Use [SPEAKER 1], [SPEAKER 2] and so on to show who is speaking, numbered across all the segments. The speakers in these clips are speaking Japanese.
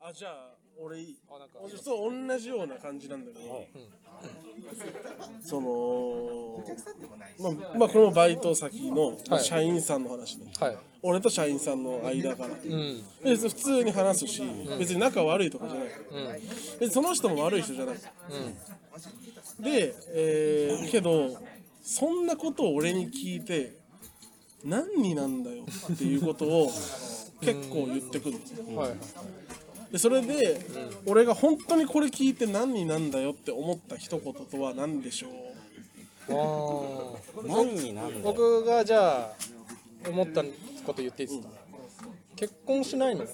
[SPEAKER 1] あじゃあ俺いい
[SPEAKER 2] あなんか
[SPEAKER 1] 俺そう同じような感じなんだけど、そのまあ、まあ、このバイト先の
[SPEAKER 2] はい
[SPEAKER 1] 社員さんの話ね、
[SPEAKER 2] はい
[SPEAKER 1] 俺と社員さんの間から、
[SPEAKER 2] うん
[SPEAKER 1] 別に普通に話すし、別に仲悪いとかじゃない、別にその人も悪い人じゃない、で、えーけどそんなことを俺に聞いて何になんだよっていうことを結構言ってくるんですよ
[SPEAKER 2] はい
[SPEAKER 1] でそれで、俺が本当にこれ聞いて何になんだよって思った一言とは何でしょう
[SPEAKER 2] わあ
[SPEAKER 3] 何になんだよ
[SPEAKER 2] 僕がじゃあ思ったこと言っていいですか、結婚しないの
[SPEAKER 1] あ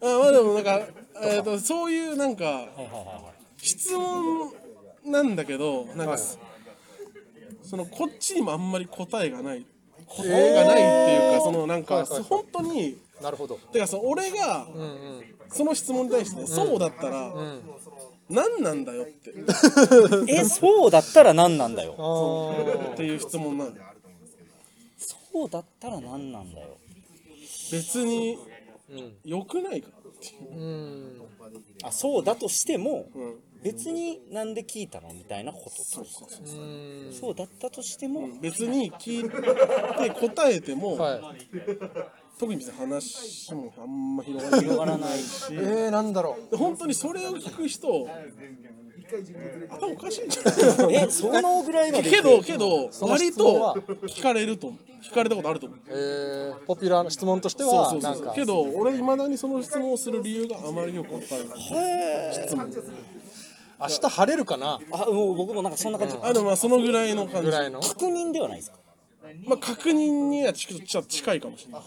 [SPEAKER 1] まあでもなんか、えー、とそういうなんか
[SPEAKER 3] はいはいはいはい
[SPEAKER 1] 質問なんだけどなんか、そのこっちにもあんまり答えがない答えがないっていうか、そのなんか、
[SPEAKER 2] はいはいはい
[SPEAKER 1] 本当に
[SPEAKER 2] なるほど
[SPEAKER 1] てかその俺が
[SPEAKER 2] うんうん
[SPEAKER 1] その質問に対して、そうだったら、何なんだよって、っ
[SPEAKER 3] えそうだったら何なんだよ
[SPEAKER 2] あー
[SPEAKER 1] ていう質問なんだよ
[SPEAKER 3] そうだったら何なんだよ
[SPEAKER 1] 別に
[SPEAKER 2] うん
[SPEAKER 1] 良くないかっていう
[SPEAKER 2] うん
[SPEAKER 3] あそうだとしても
[SPEAKER 1] うん
[SPEAKER 3] 別になんで聞いたのみたいなことそう
[SPEAKER 2] うん
[SPEAKER 3] そうだったとしても
[SPEAKER 1] 別に聞いて答えても、
[SPEAKER 2] はい
[SPEAKER 1] 特に別に話もあんま広がらない
[SPEAKER 3] 広がらない
[SPEAKER 2] えー、なんだろ
[SPEAKER 1] で本当にそれを聞く人頭おかしいんじゃない
[SPEAKER 3] えそのぐらいまで
[SPEAKER 1] けどけど
[SPEAKER 2] の
[SPEAKER 1] 割
[SPEAKER 2] 質問は
[SPEAKER 1] と聞かれると思う聞かれたことあると思う
[SPEAKER 2] うえー、ポピュラーな質問として
[SPEAKER 1] そう
[SPEAKER 2] は
[SPEAKER 1] そう
[SPEAKER 2] なん
[SPEAKER 1] そう
[SPEAKER 2] か
[SPEAKER 1] けど俺いまだにその質問をする理由があまりよくわからない質問
[SPEAKER 2] 明日晴れるかな
[SPEAKER 3] あもう僕もなんかそんな感じ
[SPEAKER 1] あでもまあそのぐらいの感じ
[SPEAKER 2] ぐらいの
[SPEAKER 3] 確認ではないですか
[SPEAKER 1] まあ確認にはちょっとちょっと近いかもしれない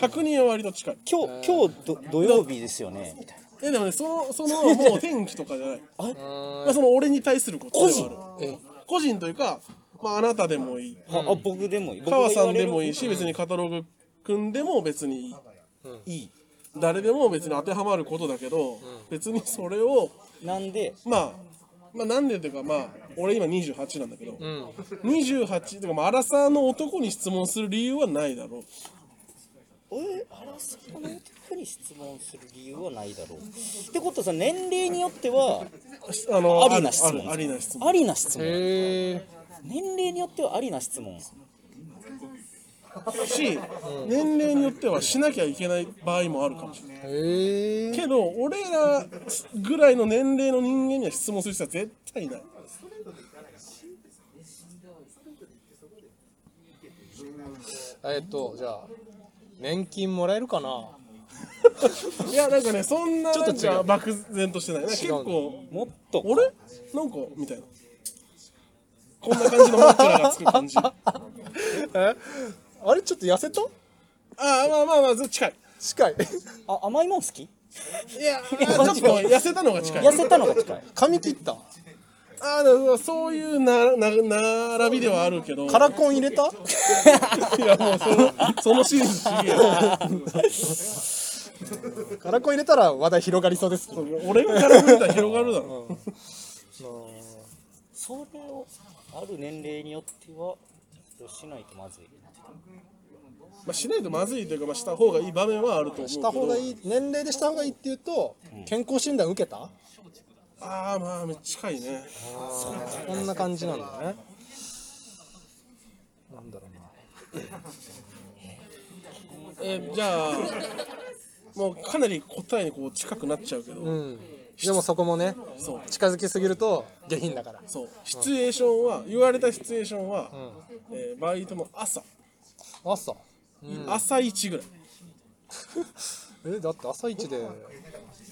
[SPEAKER 1] 確認は割と近い
[SPEAKER 3] 今日今日ど土曜日ですよねみたいな
[SPEAKER 1] えでもねそのそのもう天気とかじゃないまあその俺に対することではある
[SPEAKER 2] え
[SPEAKER 1] 個人というかまああなたでもいい
[SPEAKER 3] ああ僕でもいい僕が
[SPEAKER 1] 川
[SPEAKER 3] 言
[SPEAKER 1] さ
[SPEAKER 3] わ
[SPEAKER 1] ん
[SPEAKER 3] れ
[SPEAKER 1] で
[SPEAKER 3] る
[SPEAKER 1] もいいし別にカタログ組んでも別にいい
[SPEAKER 3] いい
[SPEAKER 1] 誰でも別に当てはまることだけど、別にそれを
[SPEAKER 3] なんで
[SPEAKER 1] まあまあなんでというかまあ俺今28なんだけど、
[SPEAKER 2] うん
[SPEAKER 1] 28とかまあアラサーの男に質問する理由はないだろう
[SPEAKER 3] えあらその男に質問する理由はないだろうってことはさ年齢によっては
[SPEAKER 1] あの
[SPEAKER 3] ありな質問
[SPEAKER 1] あるありな質問
[SPEAKER 3] ありな質問
[SPEAKER 2] えー、
[SPEAKER 3] 年齢によってはありな質問
[SPEAKER 1] し、年齢によってはしなきゃいけない場合もあるかもしれない
[SPEAKER 2] えー、
[SPEAKER 1] けど俺らぐらいの年齢の人間には質問する人は絶対いない
[SPEAKER 2] えっとじゃあ年金もらえるかない
[SPEAKER 1] やなんかねそんな
[SPEAKER 2] ちょっ
[SPEAKER 1] なん
[SPEAKER 2] と違
[SPEAKER 1] か
[SPEAKER 2] う
[SPEAKER 1] 漠然としてないなんか結構
[SPEAKER 3] もっと
[SPEAKER 1] あれなんかみたいなこんな感じのマッチャラがつく 感じあ
[SPEAKER 2] えあれちょっと痩せた
[SPEAKER 1] あまあまあまあ近い
[SPEAKER 2] 近い
[SPEAKER 3] あ甘いもん好き
[SPEAKER 1] い やあちょっと痩せたのが近い
[SPEAKER 3] 痩せたのが近い
[SPEAKER 2] 髪切った
[SPEAKER 1] ああだからそういうなな並びではあるけど
[SPEAKER 2] カラコン入れた
[SPEAKER 1] いやもうそのそのシリーズちげえよ
[SPEAKER 2] カラコン入れたら話題広がりそうですけど
[SPEAKER 1] 俺がから見たら広がるだろ
[SPEAKER 3] それをある年齢によってはしないとまずい
[SPEAKER 1] まあしないとまずいというかまあした方がいい場面はあると思うけ
[SPEAKER 2] し
[SPEAKER 1] ど
[SPEAKER 2] た方がいい年齢でした方がいいっていうと健康診断受けた
[SPEAKER 1] ああまあめっちゃ近いね
[SPEAKER 2] こんな感じなんだねなんだろうな
[SPEAKER 1] えじゃあもうかなり答えにこう近くなっちゃうけど、
[SPEAKER 2] うんでもそこもね
[SPEAKER 1] そう
[SPEAKER 2] 近づきすぎると下品だから
[SPEAKER 1] そうシチュエーションは言われたシチュエーションは、えーバイトの朝、
[SPEAKER 2] 朝
[SPEAKER 1] 朝一ぐらい
[SPEAKER 2] えだって朝一で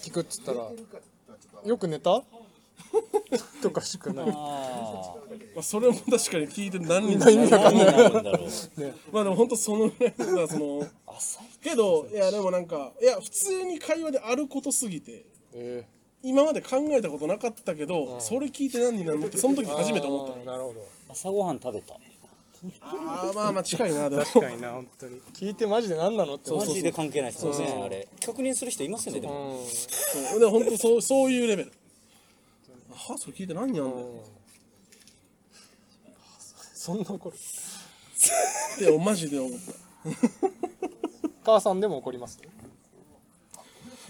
[SPEAKER 2] 聞くっつったらよく 寝たとかしくない
[SPEAKER 3] ああ
[SPEAKER 1] まあ、それも確かに聞いて何人
[SPEAKER 2] 何人か
[SPEAKER 3] 何になるんだろう
[SPEAKER 1] まあでも本当そのぐらいだからその
[SPEAKER 3] 浅い
[SPEAKER 1] けどいやでもなんかいや普通に会話であることすぎて
[SPEAKER 2] え
[SPEAKER 1] 今まで考えたことなかったけど、それ聞いて何になるのってその時初めて思った
[SPEAKER 2] ーなるほど
[SPEAKER 3] 朝ごはん食べた
[SPEAKER 1] ああまあまあ近いなでも
[SPEAKER 2] 確かにな本当に聞いてマジで何なのって思
[SPEAKER 3] マ
[SPEAKER 2] う
[SPEAKER 3] ジで関係ないですよねあれ確認する人いますよねでも
[SPEAKER 1] そうで本当そうそういうレベルはそれ聞いて何になるの
[SPEAKER 2] そんな怒る
[SPEAKER 1] ってマジで思った
[SPEAKER 2] 母さんでも怒ります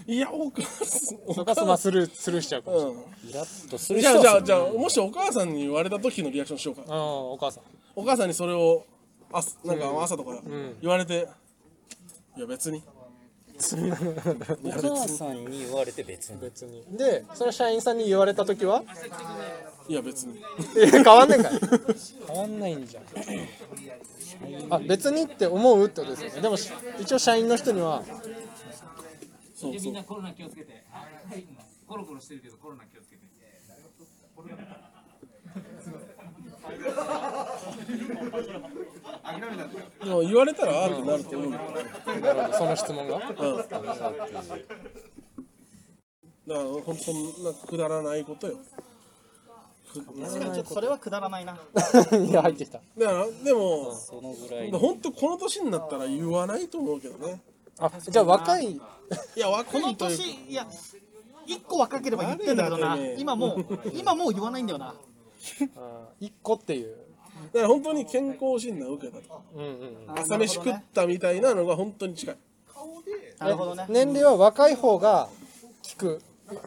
[SPEAKER 1] いやお母さん
[SPEAKER 2] そかすまスルースルーしちゃうかもしれない、
[SPEAKER 1] うん
[SPEAKER 3] イラッとする
[SPEAKER 1] じ
[SPEAKER 3] 人
[SPEAKER 1] ゃあ
[SPEAKER 3] は
[SPEAKER 1] じゃあじゃあもしお母さんに言われた時のリアクションしようか
[SPEAKER 2] ああお母さん
[SPEAKER 1] お母さんにそれをあすなんか朝とか
[SPEAKER 2] ん
[SPEAKER 1] 言われて、いや別に
[SPEAKER 3] お母さんに言われて別に
[SPEAKER 2] 別にでそれは社員さんに言われた時はい
[SPEAKER 1] や別に
[SPEAKER 2] え変わんねえんかい変わんないんじゃんあ別にって思うってことですよねでもし一応社員の人には
[SPEAKER 1] そう
[SPEAKER 4] みん
[SPEAKER 1] そう
[SPEAKER 4] なコロナ気をつけて。コロコロしてるけどコロナ気をつけて。
[SPEAKER 1] でも言われたらあるってなると思うけど
[SPEAKER 2] なるほどその質問が
[SPEAKER 1] うんだからほんとそんなくだらないことよくだらない
[SPEAKER 5] それはくだらないな。
[SPEAKER 2] いや入ってきた
[SPEAKER 1] だからでも
[SPEAKER 3] そのぐらい
[SPEAKER 1] 本当この年になったら言わないと思うけどね
[SPEAKER 2] あじゃあ若い
[SPEAKER 1] いや若
[SPEAKER 5] この
[SPEAKER 1] いという
[SPEAKER 5] 年、いや、一個若ければ言ってんだけどな
[SPEAKER 1] 誰だってね。
[SPEAKER 5] 今もう、今もう言わないんだよな。
[SPEAKER 2] 一個っていう
[SPEAKER 1] だから本当に健康診断を受けたとか
[SPEAKER 2] うんうんうん
[SPEAKER 1] 朝飯食ったみたいなのが本当に近い
[SPEAKER 5] なるほどね。
[SPEAKER 2] 年齢は若い方が聞く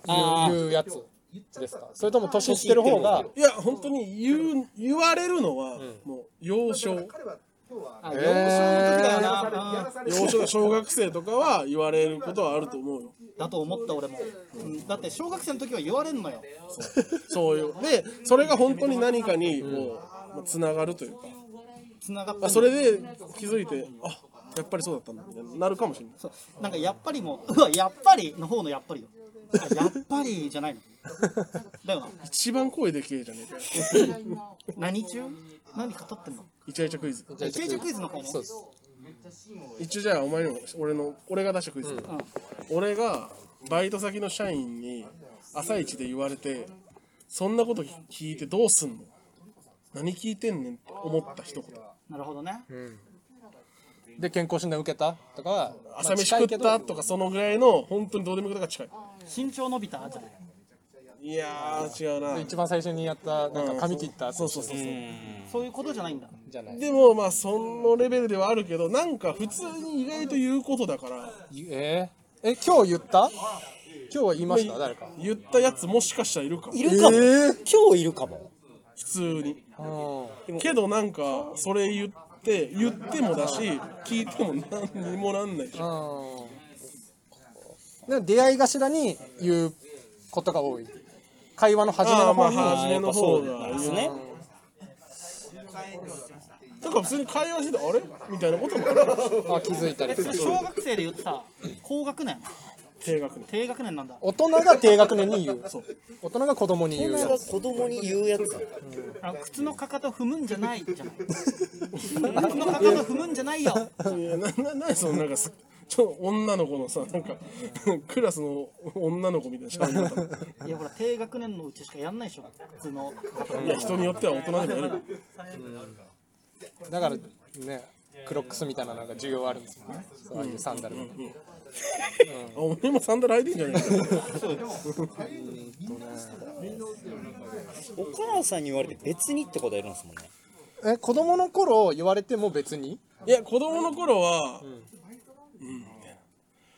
[SPEAKER 3] あ
[SPEAKER 2] 言
[SPEAKER 3] ー
[SPEAKER 2] ういうやつですかそれとも年いってる方が
[SPEAKER 1] いや本当に言う言われるのはもう幼少
[SPEAKER 5] あ幼少の時だよな。うん
[SPEAKER 1] 幼少小学生とかは言われることはあると思うよ
[SPEAKER 5] だと思った俺も。うんだって小学生の時は言われんのよ。
[SPEAKER 1] そういうでそれが本当に何かにこうつながるというか
[SPEAKER 5] 繋がってんの
[SPEAKER 1] あそれで気づいてあやっぱりそうだったんだみたいになるかもしれない
[SPEAKER 5] そうなんかやっぱりもう、うわ、やっぱりの方のやっぱりよ。あやっぱりじゃないの。だよな。
[SPEAKER 1] 一番声でけえじゃねえかよ
[SPEAKER 5] 何中何語ってんの
[SPEAKER 1] イチャイチャクイズ
[SPEAKER 2] じゃあ
[SPEAKER 5] イチャイチャクイズの方ね。
[SPEAKER 2] そうです
[SPEAKER 1] 一応じゃあお前にも俺の俺が出したクイズ、俺がバイト先の社員に朝一で言われてそんなこと聞いてどうすんの何聞いてんねんって思った一言
[SPEAKER 5] なるほどね。
[SPEAKER 2] で健康診断受けたとかは
[SPEAKER 1] 朝飯食ったとかそのぐらいの本当にどうでもいいことが近い
[SPEAKER 5] 身長伸びたじゃない。
[SPEAKER 1] いやー違うな
[SPEAKER 2] 一番最初にやったなんか髪切った
[SPEAKER 1] そうそうそうそう
[SPEAKER 5] そういうことじゃないんだ。
[SPEAKER 2] じゃない
[SPEAKER 1] でもまあそのレベルではあるけどなんか普通に意外と言うことだから
[SPEAKER 2] えー、え今日言った今日は言いました誰か
[SPEAKER 1] 言ったやつもしかしたらいるかも
[SPEAKER 3] いるかも、
[SPEAKER 2] えー
[SPEAKER 3] 今日いるかも
[SPEAKER 1] 普通に
[SPEAKER 2] うん
[SPEAKER 1] けどなんかそれ言って言ってもだし聞いても何にもなんないし
[SPEAKER 2] うんでも出会い頭に言うことが多い会話の初め
[SPEAKER 1] ああ
[SPEAKER 2] の
[SPEAKER 1] まあ
[SPEAKER 2] 方に
[SPEAKER 1] 初めの方が
[SPEAKER 3] ですね
[SPEAKER 1] なんか普通に会話しててあれみたいなこともある
[SPEAKER 2] あ気づいたり
[SPEAKER 5] え、それ小学生で言った高学年
[SPEAKER 1] 低学年
[SPEAKER 5] 低学年なんだ。
[SPEAKER 2] 大人が低学年に言う
[SPEAKER 1] そう
[SPEAKER 2] 大人が子供に言う
[SPEAKER 3] 大人
[SPEAKER 2] や
[SPEAKER 3] が
[SPEAKER 2] つ
[SPEAKER 3] 子供に言うやつ
[SPEAKER 5] あの靴のかかと踏むんじゃないじゃない。靴のかかと踏むんじゃないよ。
[SPEAKER 1] いやなななにそのなんかすちょ女の子のさなんかクラスの女の子みたいなしゃべり方
[SPEAKER 5] いやほら低学年のうちしかやんないでしょ。靴のかかと。
[SPEAKER 1] いや人によっては大人でもやる
[SPEAKER 2] だからねクロックスみたいななんか授業あるんですもんねそうああいうサンダルみたいな
[SPEAKER 1] あお前もサンダル履いてんじゃねえか
[SPEAKER 3] お母さんに言われて別にって答えるんですもんね
[SPEAKER 2] え子供の頃言われても別に
[SPEAKER 1] いや子供の頃は、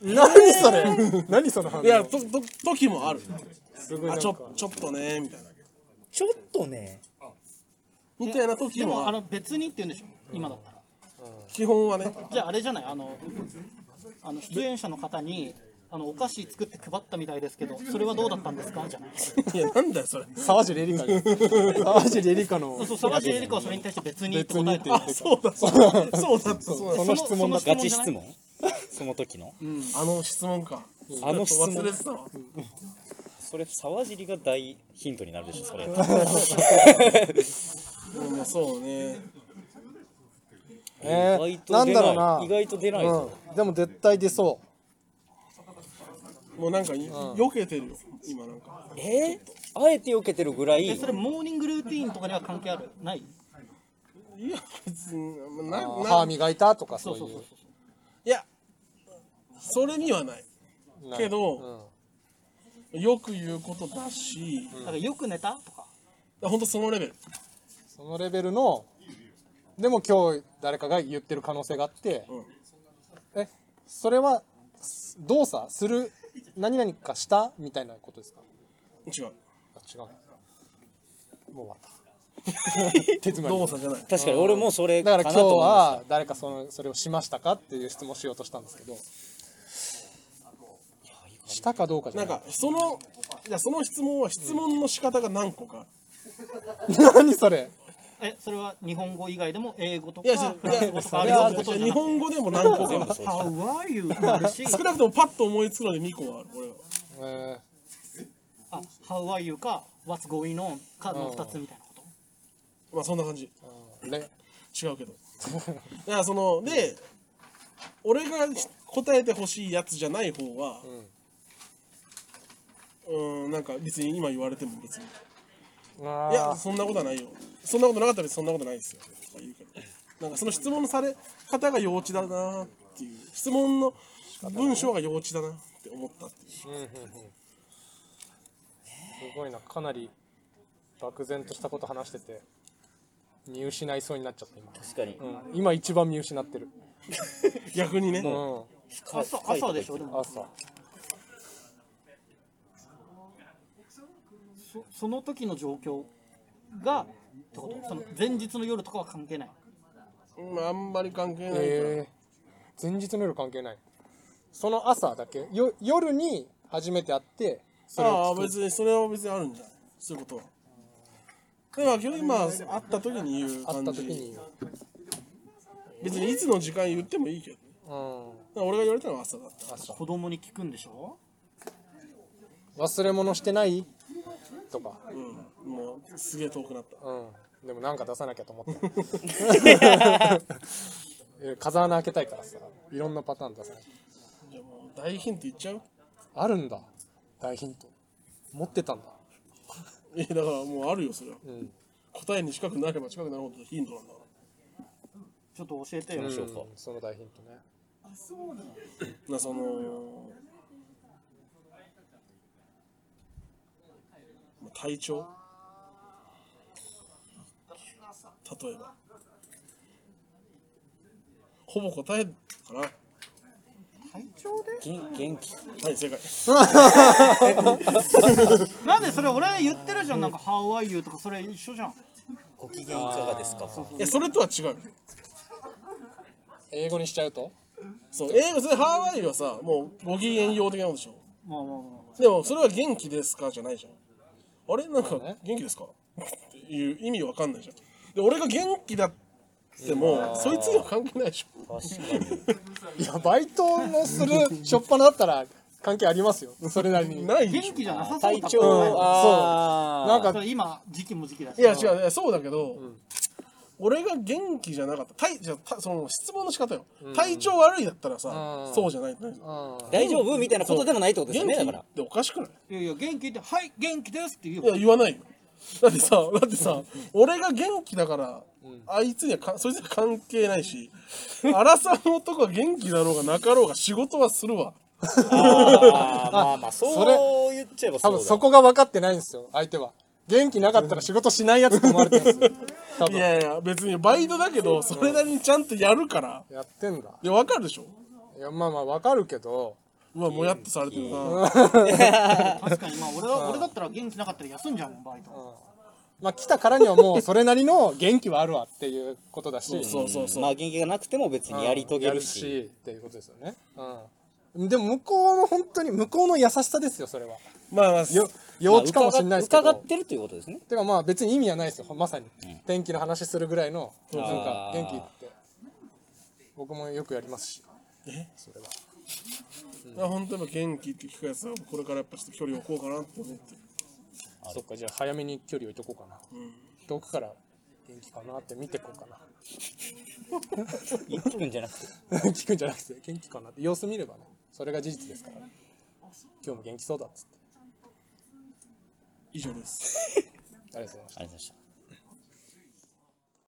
[SPEAKER 2] 何それ 何その反
[SPEAKER 1] いや
[SPEAKER 2] 応
[SPEAKER 1] とと時もある
[SPEAKER 2] すごいな
[SPEAKER 1] あ
[SPEAKER 2] ん
[SPEAKER 1] ち
[SPEAKER 2] か
[SPEAKER 1] ょちょっとねみたいな
[SPEAKER 3] ちょっとね
[SPEAKER 1] みたいな時
[SPEAKER 5] でも
[SPEAKER 1] もあ
[SPEAKER 5] あ
[SPEAKER 1] る
[SPEAKER 5] の別にって言うんでしょ。今だったら。
[SPEAKER 1] 基本はね
[SPEAKER 5] じゃああれじゃないあのあの出演者の方に。あのお菓子作って配ったみたいですけど、それはどうだったんですかじゃない。
[SPEAKER 1] いやなんだよそれ
[SPEAKER 2] 沢尻エリカじゃん 沢尻エリカの
[SPEAKER 5] そう、サラジエリカはそれに対して別にって
[SPEAKER 2] 別
[SPEAKER 5] 答
[SPEAKER 2] に
[SPEAKER 5] え
[SPEAKER 2] って
[SPEAKER 5] た
[SPEAKER 2] 言ってた
[SPEAKER 1] そうだそうだ そうだそうだ
[SPEAKER 2] その質問だ
[SPEAKER 5] そ
[SPEAKER 3] ガ
[SPEAKER 5] の
[SPEAKER 3] チ
[SPEAKER 5] じゃ
[SPEAKER 3] 質
[SPEAKER 5] ない
[SPEAKER 3] 問 その時の
[SPEAKER 1] あの質問か
[SPEAKER 3] あの質問
[SPEAKER 1] 忘れてたわ
[SPEAKER 3] それ沢尻が大ヒントになるでしょそれ
[SPEAKER 1] でもそうね
[SPEAKER 2] え
[SPEAKER 3] 意外
[SPEAKER 2] ー、
[SPEAKER 3] と
[SPEAKER 2] なん
[SPEAKER 3] 出
[SPEAKER 2] だろう
[SPEAKER 3] な
[SPEAKER 2] ない
[SPEAKER 3] 意外と出ないぞ、
[SPEAKER 2] うん、でも絶対出そ
[SPEAKER 1] もうなんかい避けてるよ今なんか
[SPEAKER 3] えー、あえて避けてるぐら
[SPEAKER 5] え
[SPEAKER 3] い
[SPEAKER 5] それモーニングルーティーンとかには関係あるない
[SPEAKER 1] いや別に
[SPEAKER 2] う
[SPEAKER 1] な
[SPEAKER 2] あー
[SPEAKER 1] な
[SPEAKER 2] 歯磨いたとかそういう
[SPEAKER 5] そうそう
[SPEAKER 1] いやそれにはない
[SPEAKER 2] ない
[SPEAKER 1] けどよく言うことだし
[SPEAKER 5] だからよく寝たとか
[SPEAKER 1] ほんとそのレベル
[SPEAKER 2] そのレベルのでも今日誰かが言ってる可能性があって、
[SPEAKER 1] うん
[SPEAKER 2] えそれはす動作する何々かしたみたいなことですか
[SPEAKER 1] 違う
[SPEAKER 2] あ違うもう終わった手詰まり
[SPEAKER 1] どうもさんじゃない
[SPEAKER 3] 確かに俺もそれ
[SPEAKER 2] だ
[SPEAKER 3] か
[SPEAKER 2] から
[SPEAKER 3] な
[SPEAKER 2] 今日
[SPEAKER 3] と思いま
[SPEAKER 2] は誰かそのそれをしましたかっていう質問をしようとしたんですけどしたかどうかじ
[SPEAKER 1] な
[SPEAKER 2] ゃ
[SPEAKER 1] ん
[SPEAKER 2] な
[SPEAKER 1] か
[SPEAKER 2] い
[SPEAKER 1] そのいやその質問は質問の仕方が何個か、
[SPEAKER 2] 何それ
[SPEAKER 5] えそれは日本語以外でも英語と
[SPEAKER 1] い
[SPEAKER 5] か
[SPEAKER 1] やしいや
[SPEAKER 5] 英語とかあ
[SPEAKER 1] い
[SPEAKER 5] れ
[SPEAKER 1] や
[SPEAKER 5] のことじゃ
[SPEAKER 1] 日
[SPEAKER 5] なくて
[SPEAKER 1] 本語でも何個か
[SPEAKER 5] 「How are you?」もあるし
[SPEAKER 1] 少なくともパッと思いつくので2個はある俺は
[SPEAKER 2] えー
[SPEAKER 5] 「あ How are you?」か「What's going on?」かの2つみたいなこと
[SPEAKER 1] まあそんな感じ
[SPEAKER 2] うんれ
[SPEAKER 1] 違うけど だからそので俺が答えてほしいやつじゃない方はうんんなんか別に今言われても別にいや
[SPEAKER 2] あ
[SPEAKER 1] そんなことはないよそんなことなかったらそんなことないですよとか言うけどなんかその質問のされ方が幼稚だなっていう質問の文章が幼稚だなって思ったっていう
[SPEAKER 2] ー、うんうんうん、すごいなかなり漠然としたこと話してて見失いそうになっちゃった今、
[SPEAKER 3] す確かに
[SPEAKER 2] うん今一番見失ってる、
[SPEAKER 1] 逆にね
[SPEAKER 2] う
[SPEAKER 1] だか
[SPEAKER 2] ん、
[SPEAKER 3] 深い
[SPEAKER 5] 朝
[SPEAKER 3] 深いと
[SPEAKER 5] 朝
[SPEAKER 3] こ
[SPEAKER 5] でしょでも
[SPEAKER 2] 朝
[SPEAKER 5] そその時の状況がってことその前日の夜とかは関係ない
[SPEAKER 1] らあんまり関係ないから、
[SPEAKER 2] えー、前日の夜関係ないその朝だけよ夜に初めて会ってそれ
[SPEAKER 1] あ
[SPEAKER 2] を
[SPEAKER 1] あ
[SPEAKER 2] 聞く
[SPEAKER 1] 別にそれは別にあるんじゃないそういうことはだから今日今会った時に言う
[SPEAKER 2] 会っ
[SPEAKER 1] 感
[SPEAKER 2] た時に
[SPEAKER 1] じ別にいつの時間言ってもいいけどね
[SPEAKER 2] うん
[SPEAKER 1] だから俺が言われたのは朝だった
[SPEAKER 2] 朝
[SPEAKER 5] 子供に聞くんでしょ
[SPEAKER 2] 忘れ物してないとか
[SPEAKER 1] うんもうすげえ遠くなった
[SPEAKER 2] うんでもなんか出さなきゃと思った え風穴開けたいからさいろんなパターン出さない
[SPEAKER 1] じゃあもう大ヒント言っちゃう
[SPEAKER 2] あるんだ大ヒント持ってたんだ
[SPEAKER 1] いやだからもうあるよそれは
[SPEAKER 2] うん
[SPEAKER 1] 答えに近くなれば近くなるほどヒントなんだか
[SPEAKER 5] ちょっと教えてよ、
[SPEAKER 2] うん
[SPEAKER 3] しょうか
[SPEAKER 2] その大ヒントね
[SPEAKER 1] らなそのまあ体調例えばほぼ答えかなは
[SPEAKER 3] 元元気
[SPEAKER 1] い正解
[SPEAKER 5] なんでそれ俺言ってるじゃんなんか「How are you?」とかそれ一緒じゃん
[SPEAKER 3] ご機嫌いかがですか
[SPEAKER 1] いやそれとは違う
[SPEAKER 2] 英語にしちゃうと
[SPEAKER 1] そう英語それハワイはさもうご機嫌用的なことでしょ
[SPEAKER 5] まあまあまあ
[SPEAKER 1] でもそれは元気ですかじゃないじゃんあれなんか
[SPEAKER 2] うね
[SPEAKER 1] 元気ですかっていう意味わかんないじゃんで俺が元気だってもそいつには関係ないでしょ
[SPEAKER 3] 確か
[SPEAKER 2] い
[SPEAKER 3] に
[SPEAKER 2] やバイトのす る初っ端だったら関係ありますよそれなりに
[SPEAKER 1] ないでしょ
[SPEAKER 5] 元気じゃなさそう
[SPEAKER 3] 体
[SPEAKER 5] だっ
[SPEAKER 3] 調
[SPEAKER 5] たもんね
[SPEAKER 3] あ
[SPEAKER 2] な
[SPEAKER 3] なんん
[SPEAKER 2] か
[SPEAKER 5] それ今時期も時期だし
[SPEAKER 1] いや違ういやそうだけど、俺が元気じゃなかった体じゃたその質問の仕方よ、体調悪いだったらさ、
[SPEAKER 2] うん
[SPEAKER 1] そうじゃないない
[SPEAKER 3] 大丈夫みたいなことでもないってことです
[SPEAKER 1] 元
[SPEAKER 3] よ
[SPEAKER 1] 気
[SPEAKER 3] ねだ
[SPEAKER 1] っ
[SPEAKER 3] から
[SPEAKER 1] ておかしくない
[SPEAKER 5] いやいや元気って「はい元気です」って言う
[SPEAKER 1] いや言わないよだってさだってさ俺が元気だから、あいつにはかそいつには関係ないし荒さの男が元気だろうがなかろうが仕事はするわ
[SPEAKER 3] あーまあまあそう言っちゃえばそ
[SPEAKER 2] 多
[SPEAKER 3] うだ
[SPEAKER 2] 分そこが分かってないんですよ相手は元気なかったら仕事しないやつと思われてるんですよ多
[SPEAKER 1] い
[SPEAKER 2] 分や
[SPEAKER 1] やいや別にバイトだけどそれなりにちゃんとやるから
[SPEAKER 2] ってんだ
[SPEAKER 1] いやわかるでしょ
[SPEAKER 2] いやまあまあ分かるけど
[SPEAKER 1] うわもやっとされてるな、
[SPEAKER 5] 確かにまあ俺は俺だったら元気なかったら休んじゃうもんバイト
[SPEAKER 2] まあ来たからにはもうそれなりの元気はあるわっていうことだし
[SPEAKER 1] そうそうそう、
[SPEAKER 3] まあ元気がなくても別にやり遂げ
[SPEAKER 2] や
[SPEAKER 3] る
[SPEAKER 2] る
[SPEAKER 3] し
[SPEAKER 2] しっていうことですよねうんでも向こうの本当に向こうの優しさですよそれは
[SPEAKER 1] まあまあ
[SPEAKER 2] よ
[SPEAKER 3] ま
[SPEAKER 2] 幼
[SPEAKER 3] あ
[SPEAKER 2] 稚かもしれないですけ
[SPEAKER 3] 伺
[SPEAKER 2] ど
[SPEAKER 3] ってるということですね
[SPEAKER 2] てかまあ別に意味はないですよまさに天気の話するぐらいのなんか元気って僕もよくやりますし
[SPEAKER 1] いや本当に元気って聞くやつはこれからやっぱちょっと距離を置こうかなって思ってる
[SPEAKER 2] そっかじゃあ早めに距離置いとこうかな、遠くから元気かなって見てこうかな
[SPEAKER 3] 言ってくんじゃなくて
[SPEAKER 2] 聞くんじゃなくて元気かなって様子見ればねそれが事実ですから、ね、今日も元気そうだっつって
[SPEAKER 1] 以上です
[SPEAKER 2] ありがとうございました
[SPEAKER 3] ありがとうございました